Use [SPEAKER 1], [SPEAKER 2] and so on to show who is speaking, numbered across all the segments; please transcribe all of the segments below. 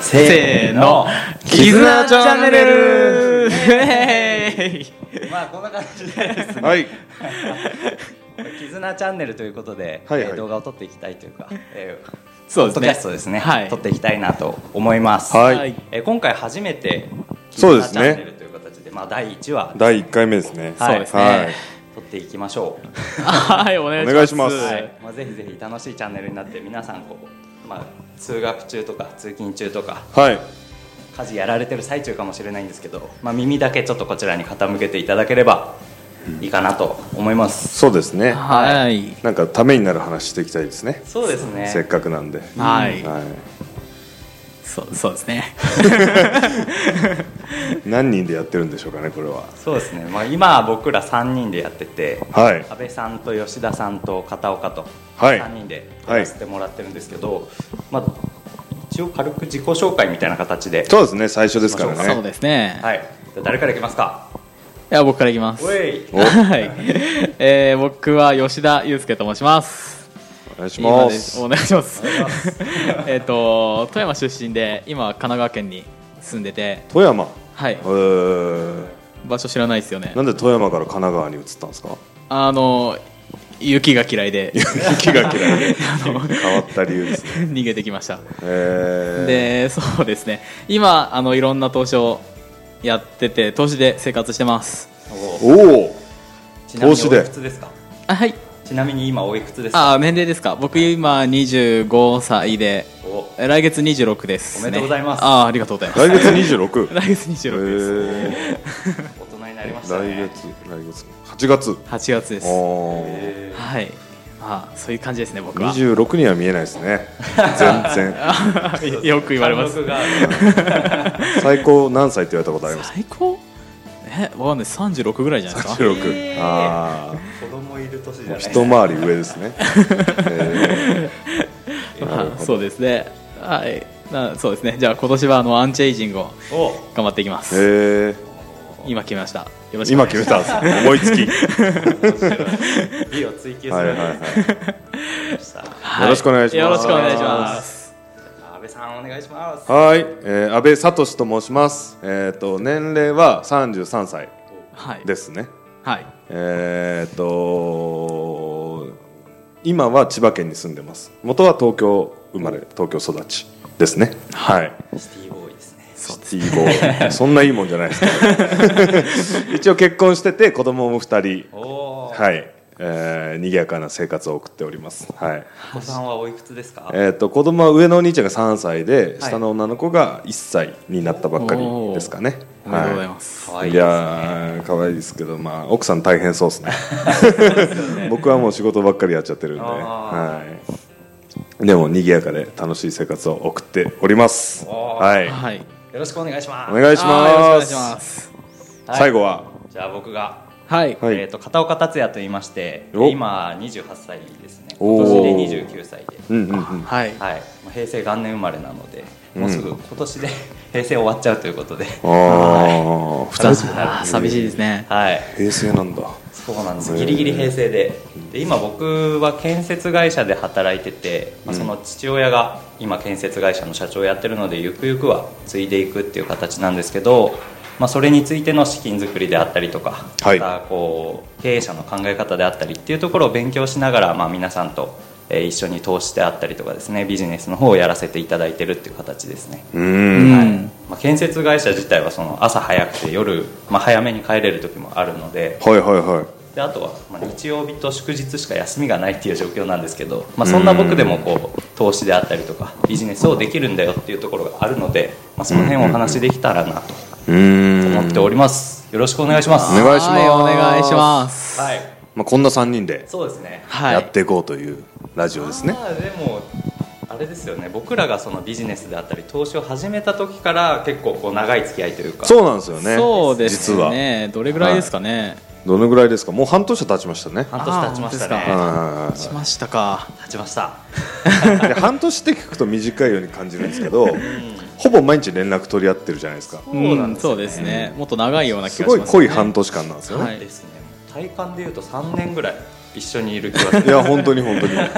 [SPEAKER 1] せーの絆チャンネル
[SPEAKER 2] まあこんな感じでですね、
[SPEAKER 3] はい。
[SPEAKER 2] 絆チャンネルということで、
[SPEAKER 3] はいはい
[SPEAKER 2] えー動画を撮っていきたいというか、えー
[SPEAKER 1] そう
[SPEAKER 2] ポッドキャストですね、
[SPEAKER 1] はい
[SPEAKER 2] 撮っていきたいなと思います、
[SPEAKER 3] はい
[SPEAKER 1] はい
[SPEAKER 2] えー今回初めて
[SPEAKER 3] そうです
[SPEAKER 2] 絆チ
[SPEAKER 3] ね
[SPEAKER 2] ャンネルという形で、まあ、第1話、
[SPEAKER 3] 第1回目ですね。
[SPEAKER 2] はい
[SPEAKER 1] そうですね
[SPEAKER 3] はい
[SPEAKER 2] 撮っていきましょう
[SPEAKER 1] はいお願いします
[SPEAKER 3] お願いします
[SPEAKER 1] は
[SPEAKER 3] はいい、
[SPEAKER 2] まあ、ぜひぜひ楽しいチャンネルになって皆さんこう、まあ、通学中とか通勤中とか
[SPEAKER 3] はい。
[SPEAKER 2] 家事やられてる最中かもしれないんですけど、まあ、耳だけちょっとこちらに傾けていただければいいかなと思います、
[SPEAKER 3] そうですね。
[SPEAKER 1] はい
[SPEAKER 3] なんかためになる話していきたいですね。
[SPEAKER 2] そうですね
[SPEAKER 3] せっかくなんで。
[SPEAKER 1] はい
[SPEAKER 3] はい。
[SPEAKER 1] そうそうですね
[SPEAKER 3] 何人でやってるんでしょうかね、これ は。
[SPEAKER 2] そうですね、まあ、今僕ら3人でやってて、
[SPEAKER 3] はい
[SPEAKER 2] 安倍さんと吉田さんと片岡と
[SPEAKER 3] はい
[SPEAKER 2] 3人でやらせてもらってるんですけど、まあ、一応軽く自己紹介みたいな形で、
[SPEAKER 3] そうですね、最初ですから
[SPEAKER 1] そう
[SPEAKER 3] ね。
[SPEAKER 1] ですね、い、
[SPEAKER 2] はい、じゃあ誰からいきますか
[SPEAKER 1] や僕からいきます
[SPEAKER 2] おい
[SPEAKER 3] お
[SPEAKER 1] はい、えー、僕は吉田祐介と申します
[SPEAKER 3] お願いし
[SPEAKER 1] 今
[SPEAKER 3] ま
[SPEAKER 1] です
[SPEAKER 3] す。
[SPEAKER 1] お願いします えっと富山出身で今は神奈川県に住んでて
[SPEAKER 3] 富山。
[SPEAKER 1] はい
[SPEAKER 3] えー
[SPEAKER 1] 場所知らないですよね
[SPEAKER 3] なんで富山から神奈川に移ったんですか。
[SPEAKER 1] あの雪が嫌いで
[SPEAKER 3] 雪が嫌 いで。変わった理由ですね。
[SPEAKER 1] 逃げてきました
[SPEAKER 3] え
[SPEAKER 1] でそうですね今あのいろんな投資をやってて投資で生活してます
[SPEAKER 3] ーおお。
[SPEAKER 2] ちなみ
[SPEAKER 3] 投
[SPEAKER 2] に
[SPEAKER 3] 資
[SPEAKER 2] お
[SPEAKER 3] で
[SPEAKER 2] いくつですか
[SPEAKER 1] あはい
[SPEAKER 2] ちなみに今おいくつですか
[SPEAKER 1] あ年齢ですか僕今25歳で
[SPEAKER 2] お
[SPEAKER 1] え来月26です、ね、
[SPEAKER 2] おめでとうございます
[SPEAKER 1] あありがとうございます
[SPEAKER 3] 来月二十六。
[SPEAKER 1] 来月26
[SPEAKER 3] え
[SPEAKER 1] です、
[SPEAKER 3] ー
[SPEAKER 2] 大人になりました
[SPEAKER 3] 来
[SPEAKER 2] ね
[SPEAKER 3] 月、来月。八月。
[SPEAKER 1] 8月です
[SPEAKER 3] おお。
[SPEAKER 2] え
[SPEAKER 1] はいまあそういう感じですね僕は
[SPEAKER 3] 二十六には見えないですね。全然。
[SPEAKER 2] ー
[SPEAKER 1] よく言われます
[SPEAKER 2] 貫禄がある
[SPEAKER 3] 最高何歳って言われたことあります。
[SPEAKER 1] 最高えわかんない36ぐらいじゃないです
[SPEAKER 3] 八
[SPEAKER 1] か
[SPEAKER 3] 六。あ
[SPEAKER 2] 子供いる年じゃ
[SPEAKER 3] あ。
[SPEAKER 2] ない
[SPEAKER 3] 一回り上ですね。えーなる
[SPEAKER 1] まあ
[SPEAKER 3] ほど
[SPEAKER 1] そうですねはいなそうですねじゃあ今年はあのアンチエイジングを
[SPEAKER 2] お
[SPEAKER 1] 頑張っていきます、
[SPEAKER 3] えー
[SPEAKER 1] 今決めましたよろしくお
[SPEAKER 3] 今
[SPEAKER 1] 願いし
[SPEAKER 3] 決めたんです。思いつき。
[SPEAKER 2] 美を追求する
[SPEAKER 3] はいはい
[SPEAKER 2] よ
[SPEAKER 3] は
[SPEAKER 2] う
[SPEAKER 3] い
[SPEAKER 2] に。なりました
[SPEAKER 1] ます
[SPEAKER 3] よろしくお願いします
[SPEAKER 1] よろしくお願いします
[SPEAKER 2] 安倍さんお願いします
[SPEAKER 3] はい、えー、安倍聡と申します。えっ、と年齢は三十三歳
[SPEAKER 1] はい
[SPEAKER 3] ですね。
[SPEAKER 1] はい
[SPEAKER 3] えっ、と今は千葉県に住んでます。元は東京生まれ、東京育ちですね。はい。
[SPEAKER 2] シティボーイですね
[SPEAKER 3] シティボーイそんないいもんじゃないですけど一応結婚してて子供も2人
[SPEAKER 2] おおー
[SPEAKER 3] はい、えー、賑やかな生活を送っておりますはい
[SPEAKER 2] お子さんはおいくつですか
[SPEAKER 3] えー、と子供は上のお兄ちゃんが3歳で
[SPEAKER 2] はい
[SPEAKER 3] 下の女の子が1歳になったばっかりですかね、
[SPEAKER 1] おめでとうござい
[SPEAKER 3] は
[SPEAKER 1] ます、
[SPEAKER 2] 可愛い
[SPEAKER 3] い
[SPEAKER 2] ですね
[SPEAKER 3] やー可愛いですけど、まあ、奥さん大変そうですね 僕はもう仕事ばっかりやっちゃってるんで、
[SPEAKER 2] あー
[SPEAKER 3] はい、でも賑やかで楽しい生活を送っております
[SPEAKER 2] おー
[SPEAKER 3] はい
[SPEAKER 1] はいよ
[SPEAKER 2] よろしくお願いします
[SPEAKER 3] お願いし
[SPEAKER 1] よろしくお願
[SPEAKER 3] ま
[SPEAKER 1] いし
[SPEAKER 3] す
[SPEAKER 1] ます
[SPEAKER 2] はい
[SPEAKER 3] 最後は
[SPEAKER 2] じゃあ僕が
[SPEAKER 1] はい、
[SPEAKER 3] はい
[SPEAKER 2] えっと片岡達也と言いまして
[SPEAKER 3] お
[SPEAKER 2] 今28歳ですね
[SPEAKER 3] お
[SPEAKER 2] 今
[SPEAKER 3] ー
[SPEAKER 2] 年で29歳で
[SPEAKER 3] うんうんうん
[SPEAKER 1] は
[SPEAKER 2] は
[SPEAKER 1] い
[SPEAKER 2] いまあ平成元年生まれなのでもうすぐ今年で 平成終わっちゃうということで
[SPEAKER 3] ああ、二
[SPEAKER 2] 楽
[SPEAKER 3] つ
[SPEAKER 2] しくな
[SPEAKER 1] あー
[SPEAKER 2] る
[SPEAKER 1] 寂しいですね
[SPEAKER 2] はい
[SPEAKER 3] 平成なんだ。
[SPEAKER 2] そうなんですギリギリ平成でで今僕は建設会社で働いてて、まあ、その父親が今建設会社の社長をやってるのでゆくゆくは継いでいくっていう形なんですけど、まあ、それについての資金作りであったりとか、
[SPEAKER 3] はい
[SPEAKER 2] またこう経営者の考え方であったりっていうところを勉強しながら、まあ、皆さんとえー一緒に投資であったりとかですねビジネスの方をやらせていただいてるっていう形ですね。
[SPEAKER 3] う。
[SPEAKER 1] うんん
[SPEAKER 2] まあ、建設会社自体はその朝早くて夜、まあ、早めに帰れる時もあるので、
[SPEAKER 3] はいはいはい。
[SPEAKER 2] であとは、まあ、日曜日と祝日しか休みがないっていう状況なんですけど、まあ、そんな僕でもこう投資であったりとかビジネスをできるんだよっていうところがあるので、まあ、その辺お話できたらなと
[SPEAKER 3] うーん。
[SPEAKER 2] 思っておりますよろしくお願いします
[SPEAKER 3] お願いしま
[SPEAKER 1] は
[SPEAKER 3] す
[SPEAKER 1] いお願いします
[SPEAKER 2] はい
[SPEAKER 3] まあこんな三人で
[SPEAKER 2] そうですね
[SPEAKER 1] はい
[SPEAKER 3] やっていこうというラジオですね。
[SPEAKER 2] まあでもあれですよね僕らがそのビジネスであったり投資を始めた時から結構こう長い付き合いというか
[SPEAKER 3] そうなんですよね。
[SPEAKER 1] そうです
[SPEAKER 3] 実は
[SPEAKER 1] ねどれぐらいですかね、
[SPEAKER 3] どのぐらいですか。もう半年経ちましたね。
[SPEAKER 2] 半年経ちました
[SPEAKER 1] あー
[SPEAKER 2] ね
[SPEAKER 1] 本
[SPEAKER 3] は
[SPEAKER 1] しましたか
[SPEAKER 2] 経ちました
[SPEAKER 3] いはいはいで半年って聞くと短いように感じるんですけど、ほぼ毎日連絡取り合ってるじゃないですか。
[SPEAKER 2] そうなんですよね
[SPEAKER 1] そうですねもっと長いような気
[SPEAKER 3] す
[SPEAKER 1] がします
[SPEAKER 3] ご
[SPEAKER 1] ね
[SPEAKER 3] い濃い半年間なんですよ
[SPEAKER 1] は
[SPEAKER 3] ね。
[SPEAKER 1] い
[SPEAKER 2] ですね体感でいうと3年ぐらい一緒にいる気がす
[SPEAKER 3] い
[SPEAKER 2] る
[SPEAKER 3] や本当に本当に、え
[SPEAKER 2] もう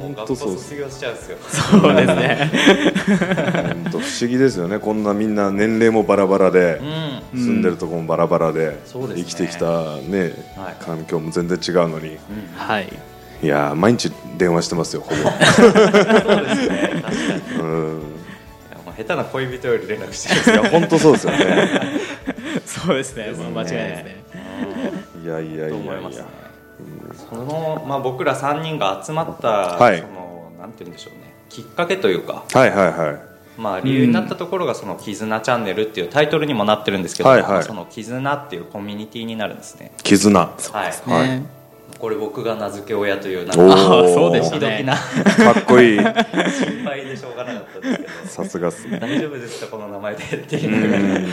[SPEAKER 3] 本
[SPEAKER 2] 学
[SPEAKER 3] 当
[SPEAKER 2] 校
[SPEAKER 3] そうです
[SPEAKER 2] 卒業しちゃうん ですよ
[SPEAKER 1] そうですね
[SPEAKER 3] え本当不思議ですよねこんなみんな年齢もバラバラで、
[SPEAKER 2] うん
[SPEAKER 3] 住んでるとこもバラバラで,、
[SPEAKER 2] そうです
[SPEAKER 3] 生
[SPEAKER 2] ね
[SPEAKER 3] きてきた、ね
[SPEAKER 2] はい
[SPEAKER 3] 環境も全然違うのに
[SPEAKER 1] はい
[SPEAKER 3] いやー毎日電話してます よ
[SPEAKER 2] そ
[SPEAKER 3] ほ
[SPEAKER 2] うですね確かにい
[SPEAKER 3] ぼう
[SPEAKER 2] や
[SPEAKER 3] ん
[SPEAKER 2] もう下手な恋人より連絡してるんですよ
[SPEAKER 3] いや本当そうですよね
[SPEAKER 1] そうですねその間違いですね
[SPEAKER 3] いやいやい
[SPEAKER 2] と
[SPEAKER 3] や
[SPEAKER 2] 思いま
[SPEAKER 3] い
[SPEAKER 2] すね
[SPEAKER 3] や
[SPEAKER 2] その、まあ、僕ら3人が集まった、
[SPEAKER 3] はい
[SPEAKER 2] そのなんて言うんでしょうねきっかけというか、
[SPEAKER 3] はいはいはい
[SPEAKER 2] まあ、理由になったところが「その絆チャンネル」っていうタイトルにもなってるんですけど、
[SPEAKER 3] はいはい
[SPEAKER 2] その絆っていうコミュニティになるんですね
[SPEAKER 3] 絆
[SPEAKER 2] はい、
[SPEAKER 3] ねはい
[SPEAKER 1] ね
[SPEAKER 2] これ僕が名付け親というなん
[SPEAKER 3] お
[SPEAKER 2] か
[SPEAKER 1] ああそうでし
[SPEAKER 2] 時
[SPEAKER 1] た
[SPEAKER 2] 々
[SPEAKER 1] ね
[SPEAKER 2] な
[SPEAKER 3] かっこいい
[SPEAKER 2] 心配でしょうがなかったですけど
[SPEAKER 3] さすがっすね
[SPEAKER 2] 大丈夫ですかこの名前でって
[SPEAKER 3] う
[SPEAKER 2] いう、
[SPEAKER 3] ん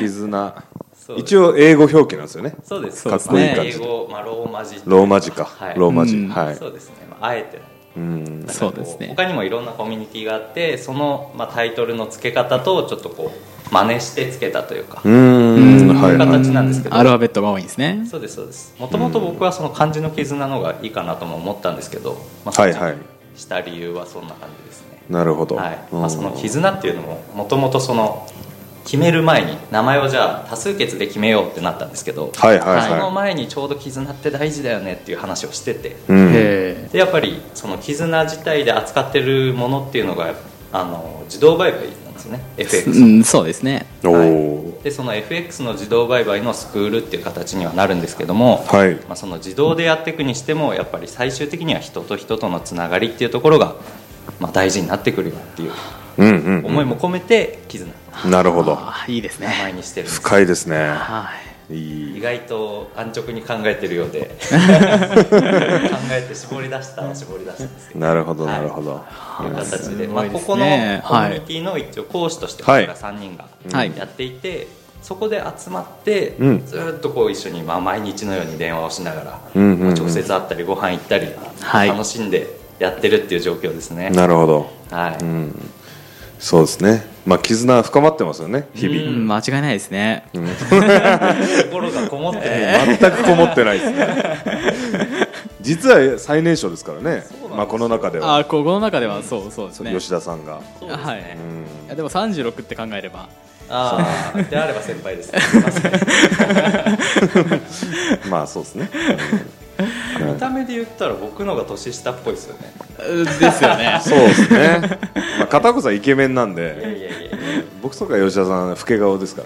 [SPEAKER 3] 絆
[SPEAKER 2] そうです
[SPEAKER 3] 一応英語表記なんですよね
[SPEAKER 2] そうです
[SPEAKER 3] かっこいい感じ
[SPEAKER 2] 英語、まあ、ローマ字
[SPEAKER 3] ローマ字か、
[SPEAKER 2] はい、
[SPEAKER 3] ローマ字、
[SPEAKER 1] うん
[SPEAKER 3] はい
[SPEAKER 2] そうですね、まあ、あえて
[SPEAKER 3] うん
[SPEAKER 1] そうですね
[SPEAKER 2] 他にもいろんなコミュニティがあってその、まあ、タイトルの付け方とちょっとこう真似して付けたというか、
[SPEAKER 3] うーん
[SPEAKER 1] うん
[SPEAKER 3] はいはい
[SPEAKER 2] 形なんですけど
[SPEAKER 1] アルファベットが多いんですね
[SPEAKER 2] そうですそうですもともと僕はその漢字の絆の方がいいかなとも思ったんですけど、まあ、
[SPEAKER 3] はい
[SPEAKER 2] そっちに
[SPEAKER 3] はい
[SPEAKER 2] した理由はそんな感じですね
[SPEAKER 3] なるほど、
[SPEAKER 2] はい
[SPEAKER 3] うん
[SPEAKER 2] まあ、その絆っていうのももともとその決める前に名前をじゃあ多数決で決めようってなったんですけど、
[SPEAKER 3] はいはいはい
[SPEAKER 2] その前にちょうど絆って大事だよねっていう話をしてて
[SPEAKER 3] うん
[SPEAKER 1] へ
[SPEAKER 2] でやっぱりその絆自体で扱ってるものっていうのがあの自動売買なんですね
[SPEAKER 1] え
[SPEAKER 2] FX
[SPEAKER 1] うんそうですね
[SPEAKER 3] おお
[SPEAKER 2] でその FX の自動売買のスクールっていう形にはなるんですけども、
[SPEAKER 3] はい
[SPEAKER 2] まあ、その自動でやっていくにしてもやっぱり最終的には人と人とのつながりっていうところが、まあ、大事になってくるよっていう
[SPEAKER 3] うんうん
[SPEAKER 2] 思いも込めて絆
[SPEAKER 3] なるほど
[SPEAKER 1] ああいいです
[SPEAKER 2] 名前
[SPEAKER 1] ね
[SPEAKER 2] にしてるんです
[SPEAKER 3] 深いですね
[SPEAKER 1] はい
[SPEAKER 3] い
[SPEAKER 2] 意
[SPEAKER 3] い
[SPEAKER 2] 外と安直に考えてるよう で考えて絞り出したら絞り出したんですけど
[SPEAKER 3] なるほど
[SPEAKER 2] はい
[SPEAKER 3] なるほど、
[SPEAKER 2] いう形で、
[SPEAKER 1] す
[SPEAKER 2] ま
[SPEAKER 1] ご
[SPEAKER 2] あ、
[SPEAKER 1] いですね
[SPEAKER 2] ここのコミ
[SPEAKER 1] はい
[SPEAKER 2] ュニティの一応講師として僕ら3人が
[SPEAKER 1] はい
[SPEAKER 2] やっていて、そこで集まって、
[SPEAKER 3] うん
[SPEAKER 2] ずっとこう一緒に、まあ、毎日のように電話をしながら、
[SPEAKER 3] うんうんうん
[SPEAKER 2] まあ直接会ったりご飯行ったり、
[SPEAKER 1] はい
[SPEAKER 2] 楽しんでやってるっていう状況ですね。
[SPEAKER 3] なるほど
[SPEAKER 2] はい
[SPEAKER 3] うんそうですねまあ絆は深まってますよね日々、
[SPEAKER 1] うん間違いないですね
[SPEAKER 2] 心がこもってる、
[SPEAKER 3] 全くこもってないですね実は最年少ですからねまあこの中で
[SPEAKER 1] あ
[SPEAKER 3] は
[SPEAKER 1] あここの中ではそうそうですね
[SPEAKER 3] 吉田さんが
[SPEAKER 2] そうですね
[SPEAKER 1] はい
[SPEAKER 3] う
[SPEAKER 1] い
[SPEAKER 3] ん
[SPEAKER 1] やでも36って考えれば
[SPEAKER 2] ああであれば先 輩です、
[SPEAKER 3] まあそうですねうん
[SPEAKER 2] 見た目で言ったら僕のが年下っぽいですよね
[SPEAKER 1] うですよ ね
[SPEAKER 3] そうですねまあ片岡さんイケメンなん
[SPEAKER 2] いやい
[SPEAKER 3] で
[SPEAKER 2] やい や
[SPEAKER 3] 僕とか吉田さん老け顔ですか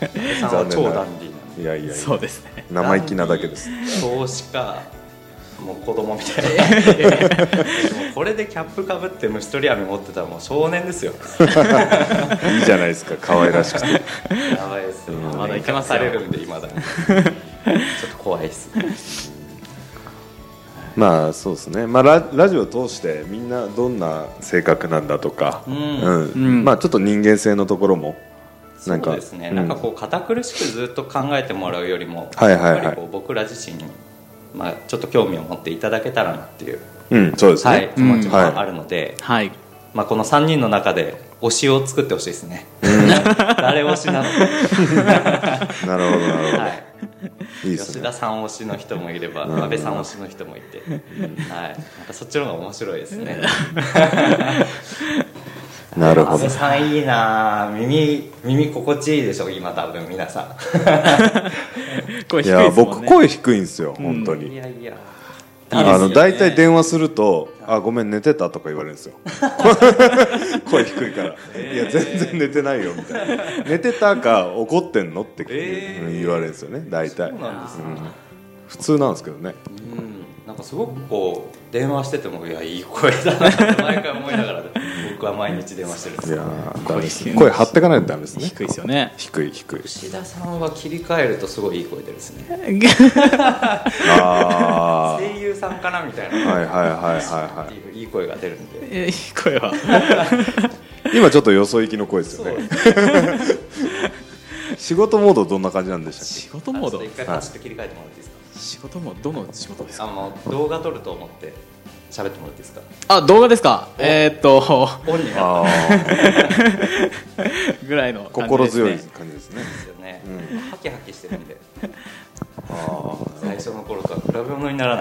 [SPEAKER 3] らね
[SPEAKER 2] さんは
[SPEAKER 3] 残念
[SPEAKER 2] 超
[SPEAKER 3] な
[SPEAKER 2] ダンディーない
[SPEAKER 3] やいやい
[SPEAKER 1] そ
[SPEAKER 3] や
[SPEAKER 1] うですね
[SPEAKER 3] 生意気なだけです
[SPEAKER 2] 投資家もう子供みたいなもうこれでキャップかぶって虫取り網持ってたらもう少年ですよ
[SPEAKER 3] いいじゃないですか可愛らしくて
[SPEAKER 2] やばいですよ
[SPEAKER 1] まだいけます
[SPEAKER 2] さ
[SPEAKER 1] よ
[SPEAKER 2] れるんでいまだ にちょっと怖いっす
[SPEAKER 3] まあそうですね、まあ、ララジオを通してみんなどんな性格なんだとか、
[SPEAKER 2] ん
[SPEAKER 1] うん
[SPEAKER 3] まあ、ちょっと人間性のところも
[SPEAKER 2] そ
[SPEAKER 3] なんか
[SPEAKER 2] うですねなんかこう堅苦しくずっと考えてもらうよりも
[SPEAKER 3] はいはいは
[SPEAKER 2] やっ
[SPEAKER 3] い
[SPEAKER 2] ぱりこう僕ら自身に、まあ、ちょっと興味を持っていただけたらなっていう、
[SPEAKER 3] うん、そうですね、
[SPEAKER 2] はい、気持ちも
[SPEAKER 3] うん
[SPEAKER 2] あるので、
[SPEAKER 1] はい
[SPEAKER 2] まあ、この3人の中で推しを作ってほしいですね 誰推しなのか、
[SPEAKER 3] なるほどなるほど、
[SPEAKER 2] はい
[SPEAKER 3] い、いです
[SPEAKER 2] 吉
[SPEAKER 3] ね
[SPEAKER 2] 田さん推しの人もいれば安倍さん推しの人もいて、はい、なんかそっちの方が面白いですね
[SPEAKER 3] なるほ
[SPEAKER 2] 安
[SPEAKER 3] ど
[SPEAKER 2] 倍さんいいなぁ耳耳心地いいでしょ今多分皆さ
[SPEAKER 1] 声低い
[SPEAKER 3] い
[SPEAKER 1] ですもんね
[SPEAKER 3] や僕声低いんですよ本当
[SPEAKER 2] ん
[SPEAKER 3] に、
[SPEAKER 2] いやいや
[SPEAKER 3] あの大体
[SPEAKER 2] 話
[SPEAKER 3] 電話すると「あごめん寝てた」とか言われる んですよ声低いから「いや全然寝てないよ」みたいな「寝てたか怒ってんの?」って言,、
[SPEAKER 2] えー
[SPEAKER 3] 言われるんですよね大体
[SPEAKER 2] そうなんですね
[SPEAKER 3] 普通なんですけどね
[SPEAKER 2] うんなんかすごくこう電話しててもいやいい声だなって毎回思いながら僕は毎日電話してるんで
[SPEAKER 3] い
[SPEAKER 2] す
[SPEAKER 3] や
[SPEAKER 2] よ
[SPEAKER 3] ー
[SPEAKER 1] 声
[SPEAKER 3] ダメです
[SPEAKER 1] 低い
[SPEAKER 3] 声張ってかないとダメですね
[SPEAKER 1] 低いですよね
[SPEAKER 3] 低い低い
[SPEAKER 2] 吉田さんは切り替えるとすごいいい声出るですね
[SPEAKER 3] あ
[SPEAKER 2] 声優さんかなみたい
[SPEAKER 3] あはいはい
[SPEAKER 2] な
[SPEAKER 3] はいはい
[SPEAKER 2] っ
[SPEAKER 3] は
[SPEAKER 2] ていういい声が出るんで
[SPEAKER 1] えいい声はい
[SPEAKER 3] 今ちょっとよそ行きの声ですよね仕事モードどんな感じなんでし
[SPEAKER 1] 仕事
[SPEAKER 2] あちょ
[SPEAKER 1] モー
[SPEAKER 2] っと
[SPEAKER 1] ド
[SPEAKER 2] 一回パチッと切り替えてもらっていいですか
[SPEAKER 1] 仕事モードどの仕事です
[SPEAKER 2] あ
[SPEAKER 1] か
[SPEAKER 2] の動画撮ると思って喋ってもらっていいですか
[SPEAKER 1] あ動画ですかえーっと
[SPEAKER 2] オンに
[SPEAKER 3] た
[SPEAKER 2] なっ
[SPEAKER 3] っけあ ー
[SPEAKER 1] ぐらいの感じですね
[SPEAKER 3] 心強い感じですね
[SPEAKER 2] たんですよね、ハキハキしてるんで最初の頃とは比べ物になら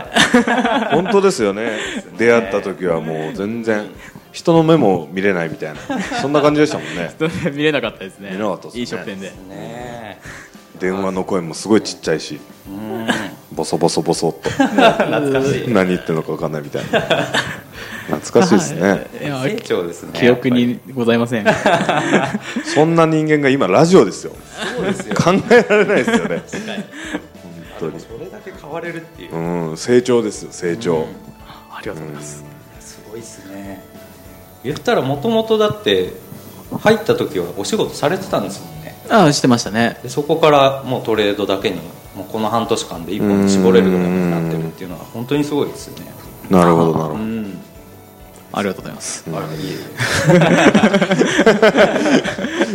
[SPEAKER 2] ない
[SPEAKER 3] 本当ですよね出会った時はもう全然人の目も見れないみたいなそんな感じでしたもんね
[SPEAKER 1] 見れなかったですね
[SPEAKER 3] 見れなかったですね
[SPEAKER 1] いいショッペンで
[SPEAKER 2] ね
[SPEAKER 3] 電話の声もすごいちっちゃいし
[SPEAKER 2] えうん
[SPEAKER 3] ボソボソボソっと
[SPEAKER 2] 懐かしい
[SPEAKER 3] 何言ってるのか分かんないみたいな懐かしいですね
[SPEAKER 1] いや
[SPEAKER 2] 成長ですね
[SPEAKER 1] 記憶
[SPEAKER 2] やっ
[SPEAKER 1] にございま せん
[SPEAKER 3] そんな人間が今ラジオですよ
[SPEAKER 2] ぱりそうですよ
[SPEAKER 3] 考えられないですよね
[SPEAKER 2] あでも
[SPEAKER 3] 本当に
[SPEAKER 2] それだけ変われるっていう、
[SPEAKER 3] うん成長ですよ成長、
[SPEAKER 1] ありがとうございます
[SPEAKER 2] すごいですね言ったらもともとだって入った時はお仕事されてたんですもんね
[SPEAKER 1] ああしてましたね
[SPEAKER 2] でそこからもうトレードだけにもうこの半年間で一本に絞れるぐらいになってるっていうのは本当にすごいですよね
[SPEAKER 3] なるほどなるほ
[SPEAKER 1] う
[SPEAKER 3] ど
[SPEAKER 1] んありがとうございます
[SPEAKER 2] あれいい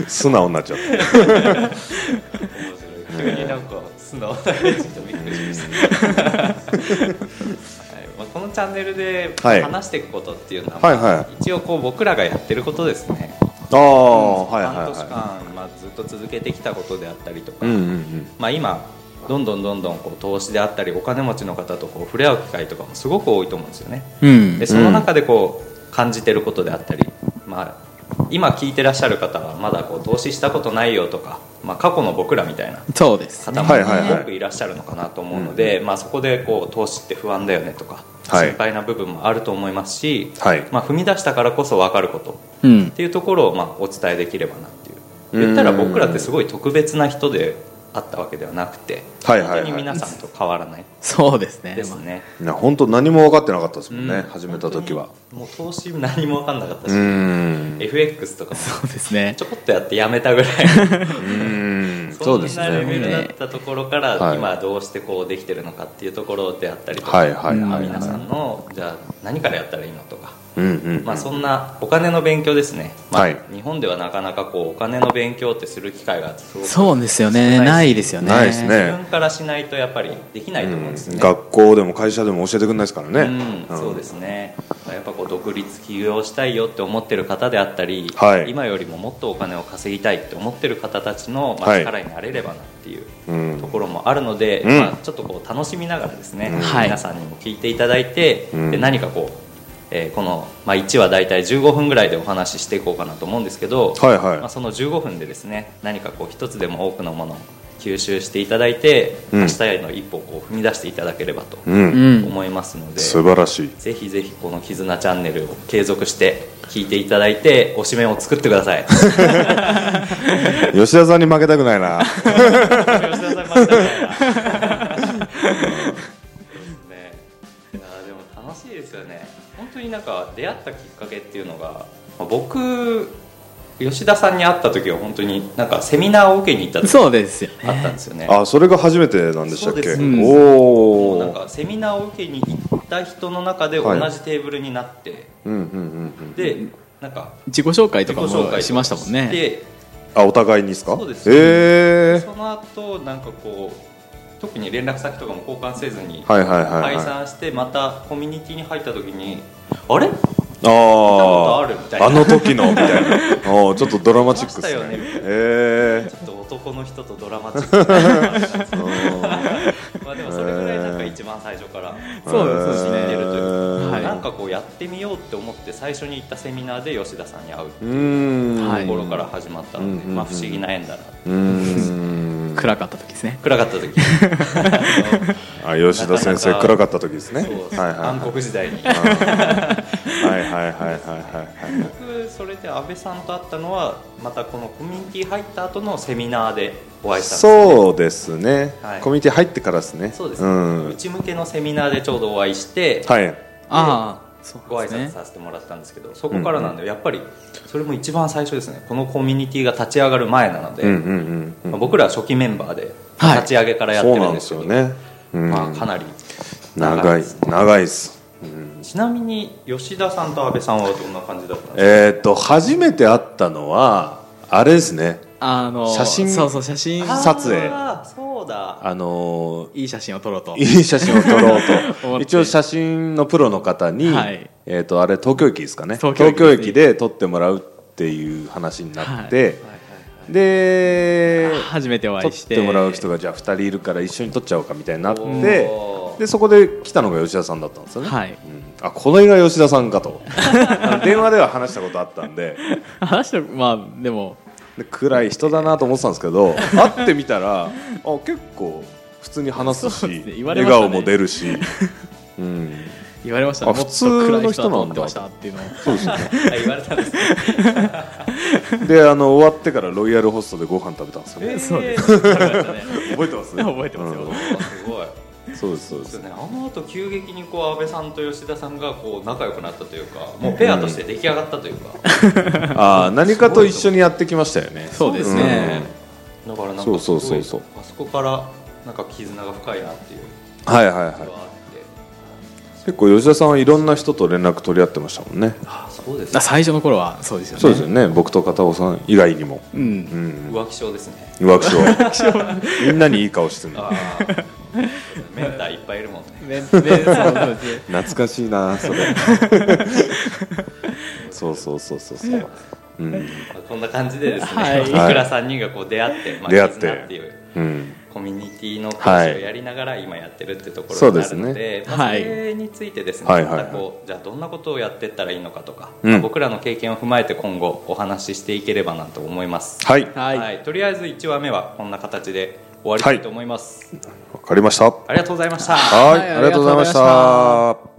[SPEAKER 3] 素直になっちゃった
[SPEAKER 2] 急になんか素直な返事でびっくりしました、はいまあ、このチャンネルで
[SPEAKER 3] はい
[SPEAKER 2] 話していくことっていうのは、
[SPEAKER 3] はいはい
[SPEAKER 2] 一応こう僕らがやってることですね
[SPEAKER 3] ああはいはい
[SPEAKER 2] 半年
[SPEAKER 3] は
[SPEAKER 2] 間、まあ、ずっと続けてきたことであったりと
[SPEAKER 3] い
[SPEAKER 2] か、
[SPEAKER 3] うんうんうん
[SPEAKER 2] まあ、今どんどんどんどんこう投資であったりお金持ちの方とこう触れ合う機会とかもすごく多いと思うんですよね
[SPEAKER 1] うん
[SPEAKER 2] でその中でこう感じてることであったり、まあ、今聞いてらっしゃる方はまだこう投資したことないよとか、まあ、過去の僕らみたいな
[SPEAKER 1] そうです
[SPEAKER 2] 方も
[SPEAKER 3] はいはいはい
[SPEAKER 2] 多くいらっしゃるのかなと思うので、まあ、そこでこう投資って不安だよねとか
[SPEAKER 3] はい
[SPEAKER 2] 心配な部分もあると思いますし、
[SPEAKER 3] はい
[SPEAKER 2] まあ、踏み出したからこそ分かること
[SPEAKER 1] うん
[SPEAKER 2] っていうところをまあお伝えできればなっていう言ったら僕らってすごい特別な人であったわけではなくて
[SPEAKER 3] はい
[SPEAKER 2] 本
[SPEAKER 3] はいはい
[SPEAKER 2] 当に皆さんと変わらない
[SPEAKER 1] そうですね
[SPEAKER 2] です
[SPEAKER 1] ま
[SPEAKER 2] ね
[SPEAKER 3] な本当何も分かってなかったですもんね、
[SPEAKER 2] うん
[SPEAKER 3] 始めた時は
[SPEAKER 2] 本当にもう投資何も分かんなかった
[SPEAKER 3] う
[SPEAKER 2] し、
[SPEAKER 3] ーん
[SPEAKER 2] FX とかも
[SPEAKER 1] あそうですね
[SPEAKER 2] ちょこっとやってやめたぐらい
[SPEAKER 3] うーん
[SPEAKER 2] そ
[SPEAKER 3] そ
[SPEAKER 2] ん
[SPEAKER 3] うです
[SPEAKER 2] なレベ
[SPEAKER 3] ね
[SPEAKER 2] ルだったところから、
[SPEAKER 3] はい
[SPEAKER 2] 今どうしてこうできてるのかっていうところであったりとか、
[SPEAKER 3] はいはいはい
[SPEAKER 2] 皆
[SPEAKER 3] は
[SPEAKER 2] さ
[SPEAKER 3] い
[SPEAKER 2] んのじゃあ何からやったらいいのとか、
[SPEAKER 3] うんうん
[SPEAKER 2] まあ、そんなお金の勉強ですね、まあ
[SPEAKER 3] はい
[SPEAKER 2] 日本ではなかなかこうお金の勉強ってする機会がすごく
[SPEAKER 1] そうですよね
[SPEAKER 2] 少
[SPEAKER 1] ない
[SPEAKER 2] し
[SPEAKER 1] ですよね
[SPEAKER 3] ないですね
[SPEAKER 2] 自分からしないとやっぱりできないと思うんですよね、
[SPEAKER 3] 学校でも会社でも教えてくれないですからね、
[SPEAKER 2] うん、そうですすねやっぱこう独立起業したいよって思ってる方であったり、
[SPEAKER 3] はい
[SPEAKER 2] 今よりももっとお金を稼ぎたいって思ってる方たちのまあ
[SPEAKER 3] はい
[SPEAKER 2] 力になれればなっていう
[SPEAKER 3] うん
[SPEAKER 2] ところもあるので、
[SPEAKER 3] うん
[SPEAKER 2] まあ、ちょっとこう楽しみながらですね、
[SPEAKER 1] はい
[SPEAKER 2] 皆さんにも聞いていただいて、
[SPEAKER 3] うん
[SPEAKER 2] で何かこう、えーこの、まあ、1話大体15分ぐらいでお話ししていこうかなと思うんですけど、
[SPEAKER 3] はいはい
[SPEAKER 2] まあ、その15分でですね何かこう一つでも多くのものを吸収していただいて、
[SPEAKER 3] うん
[SPEAKER 2] 明日への一歩をこう踏み出していただければと
[SPEAKER 3] うん、
[SPEAKER 1] うん
[SPEAKER 2] 思いますので、
[SPEAKER 3] 素晴らしい
[SPEAKER 2] ぜひぜひこの「絆チャンネル」を継続して聞いていただいて推しメンを作ってください吉
[SPEAKER 3] 吉田さんに負けたくな いな
[SPEAKER 2] 田さん待ってたからですねいやーでも楽しいですよね本当になんか出会ったきっかけっていうのがまあ僕吉田さんに会った時は本当になんかセミナーを受けに行った時
[SPEAKER 1] そうですよね
[SPEAKER 2] あったんですよね
[SPEAKER 3] あそれが初めてなんでしたっけ
[SPEAKER 2] そうです
[SPEAKER 1] うん
[SPEAKER 3] お
[SPEAKER 2] もう
[SPEAKER 3] お
[SPEAKER 2] なんかセミナーを受けに行った人の中で同じテーブルになって、
[SPEAKER 3] うんうんうんうん
[SPEAKER 2] でなんか
[SPEAKER 1] 自己紹介と
[SPEAKER 2] 自己
[SPEAKER 1] か
[SPEAKER 2] 紹
[SPEAKER 1] も
[SPEAKER 2] 介
[SPEAKER 1] しましたもんね
[SPEAKER 2] で
[SPEAKER 3] あお互いにですか
[SPEAKER 2] そうです
[SPEAKER 3] え
[SPEAKER 2] その後なんかこう特に連絡先とかも交換せずに
[SPEAKER 3] ー、はいはいはい
[SPEAKER 2] 解
[SPEAKER 3] はい
[SPEAKER 2] 散してまたコミュニティに入った時にあれと
[SPEAKER 3] あ
[SPEAKER 2] あるみたい
[SPEAKER 3] あ
[SPEAKER 2] な
[SPEAKER 3] あの時のみた いなおーちょっとドラマチックです
[SPEAKER 2] ありま
[SPEAKER 3] ね
[SPEAKER 2] し
[SPEAKER 3] え
[SPEAKER 2] ちょっと男の人とドラマチッ ク
[SPEAKER 3] えー、
[SPEAKER 2] まあでもそれぐらいなんか一番最初から
[SPEAKER 1] そうですそ
[SPEAKER 2] 出
[SPEAKER 1] うです
[SPEAKER 2] る
[SPEAKER 1] ね
[SPEAKER 2] というか
[SPEAKER 1] はい
[SPEAKER 2] なんかこうやってみようって思って最初に行ったセミナーで吉田さんに会う
[SPEAKER 3] うーん
[SPEAKER 1] は
[SPEAKER 2] と
[SPEAKER 1] い
[SPEAKER 2] ころから始まったので、
[SPEAKER 3] うん
[SPEAKER 2] まあ、不思議な縁だな
[SPEAKER 3] うーん
[SPEAKER 1] 暗かった時ですね
[SPEAKER 2] 暗かった時
[SPEAKER 3] あ吉田先生
[SPEAKER 2] なかなか
[SPEAKER 3] 暗かった時ですね
[SPEAKER 2] そう
[SPEAKER 3] はいはい
[SPEAKER 2] 暗黒時代に
[SPEAKER 3] はいはいはいはいはいはい
[SPEAKER 2] 僕それで安倍さんと会ったのはまたこのコミュニティ入った後のセミナーでお会いしたんですよね
[SPEAKER 3] そうですね、
[SPEAKER 2] はい
[SPEAKER 3] コミュニティ入ってからですね
[SPEAKER 2] そうですね、
[SPEAKER 3] ん、
[SPEAKER 2] 内向けのセミナーでちょうどお会いして、
[SPEAKER 3] はい
[SPEAKER 1] ああそう
[SPEAKER 2] ご挨
[SPEAKER 1] ですね
[SPEAKER 2] 拶させてもらったんですけどそこからなんで、やっぱりそれも一番最初ですねこのコミュニティが立ち上がる前なので、
[SPEAKER 3] うんうんうん
[SPEAKER 2] まあ僕らは初期メンバーで
[SPEAKER 1] はい
[SPEAKER 2] 立ち上げからやっ
[SPEAKER 3] そ
[SPEAKER 2] て
[SPEAKER 3] う
[SPEAKER 2] る
[SPEAKER 3] なん
[SPEAKER 2] んで
[SPEAKER 3] で
[SPEAKER 2] す
[SPEAKER 3] す
[SPEAKER 2] けど、
[SPEAKER 3] よね、うん
[SPEAKER 2] まあ、かなり
[SPEAKER 3] 長い
[SPEAKER 2] です
[SPEAKER 3] 長いっす
[SPEAKER 2] ちなみに吉田さんと安倍さんはどんな感じだったんですか
[SPEAKER 3] えっ、と初めて会ったのはあれですね
[SPEAKER 1] あの
[SPEAKER 3] 写真
[SPEAKER 1] そうそう写真
[SPEAKER 3] あ撮影
[SPEAKER 2] あーそうだ
[SPEAKER 3] あのー
[SPEAKER 1] いい写真を撮ろうと
[SPEAKER 3] いい写真を撮ろう
[SPEAKER 1] 思っ
[SPEAKER 3] と
[SPEAKER 1] て
[SPEAKER 3] 一応写真のプロの方に、
[SPEAKER 1] はい
[SPEAKER 3] えー、とあれ東京駅ですかね
[SPEAKER 1] 東
[SPEAKER 3] 東
[SPEAKER 1] 京
[SPEAKER 3] 京
[SPEAKER 1] 駅
[SPEAKER 3] 駅で撮ってもらうっていう話になって、
[SPEAKER 2] はいはいはい
[SPEAKER 3] で
[SPEAKER 1] 初めてお会
[SPEAKER 3] 撮
[SPEAKER 1] い
[SPEAKER 3] っ
[SPEAKER 1] して
[SPEAKER 3] てもらう人がじゃあ2人いるから一緒に撮っちゃおうかみたいになっ
[SPEAKER 2] お
[SPEAKER 3] て
[SPEAKER 2] ー
[SPEAKER 3] でそこで来たのが吉田さんだったんですよね、
[SPEAKER 1] はい
[SPEAKER 3] うんあこれが吉田さんかと あの電話では話したことあったんで
[SPEAKER 1] 話したまあでも
[SPEAKER 3] で暗い人だなと思ってたんですけ ど会ってみたらあ結構普通に話すし
[SPEAKER 1] そうですね言われました
[SPEAKER 3] 笑
[SPEAKER 1] ね
[SPEAKER 3] 顔も出るし、うん、
[SPEAKER 1] 言われました
[SPEAKER 3] あ
[SPEAKER 1] ねもっと暗い
[SPEAKER 3] 普通の人
[SPEAKER 1] だと
[SPEAKER 3] な
[SPEAKER 1] 思
[SPEAKER 3] んだ
[SPEAKER 1] ってましたっていうのを
[SPEAKER 3] そうですね
[SPEAKER 2] あ言われたんですね。
[SPEAKER 3] であの終わってからロイヤルホストでご飯食べたんですよね、
[SPEAKER 1] そうで す
[SPEAKER 2] わかりましたね
[SPEAKER 3] 覚えてま す
[SPEAKER 1] 覚えてますよ
[SPEAKER 2] おーすごい。
[SPEAKER 3] うんそうですそうで
[SPEAKER 2] ですすね、あの後急激にこう安倍さんと吉田さんがこう仲良くなったというかもうペアとして出来上がったというか、
[SPEAKER 3] あー何かと一緒にやってきましたよね
[SPEAKER 1] そうですね、
[SPEAKER 2] だからなんか
[SPEAKER 3] そうそう
[SPEAKER 2] すごい
[SPEAKER 3] そうそう
[SPEAKER 2] あそこからなんか絆が深いなっていう
[SPEAKER 3] うんはいはい
[SPEAKER 2] の
[SPEAKER 3] は
[SPEAKER 2] があって
[SPEAKER 3] い結構吉田さんはいろんな人と連絡取り合ってましたもんね
[SPEAKER 2] あそうです
[SPEAKER 1] あ最初の頃はそうですよね
[SPEAKER 3] そうですよね僕と片尾さん以外にも、
[SPEAKER 1] うん
[SPEAKER 3] うん、
[SPEAKER 2] 浮気症ですね
[SPEAKER 3] 浮気症みんなにいい顔してる
[SPEAKER 2] ああ メンターいっぱいいるもんね
[SPEAKER 1] ででそうです ね
[SPEAKER 3] 懐かしいなそ れそうそうそうそうそう、うん
[SPEAKER 2] まあこんな感じでですね、
[SPEAKER 1] は い
[SPEAKER 2] い、くら3人がこう出会って、まあ、
[SPEAKER 3] 出会って
[SPEAKER 2] 絆っていう
[SPEAKER 3] うん、
[SPEAKER 2] コミュニティの講師をやりながら今やってるってところになるので、
[SPEAKER 1] そうですね
[SPEAKER 2] まあ、そ
[SPEAKER 1] はい
[SPEAKER 2] れについてですね、
[SPEAKER 3] はいはいはい
[SPEAKER 2] またこうじゃあどんなことをやっていったらいいのかとか、
[SPEAKER 3] うん
[SPEAKER 2] まあ僕らの経験を踏まえて今後お話ししていければなと思います、
[SPEAKER 3] はいわ
[SPEAKER 1] はい、
[SPEAKER 2] とりあえず1話目はこんな形で終わりたいと思います、
[SPEAKER 3] かりました
[SPEAKER 2] ありがとうございました
[SPEAKER 3] はい、
[SPEAKER 1] はい
[SPEAKER 3] ありがとうございまし
[SPEAKER 1] ありがとうござ
[SPEAKER 3] た。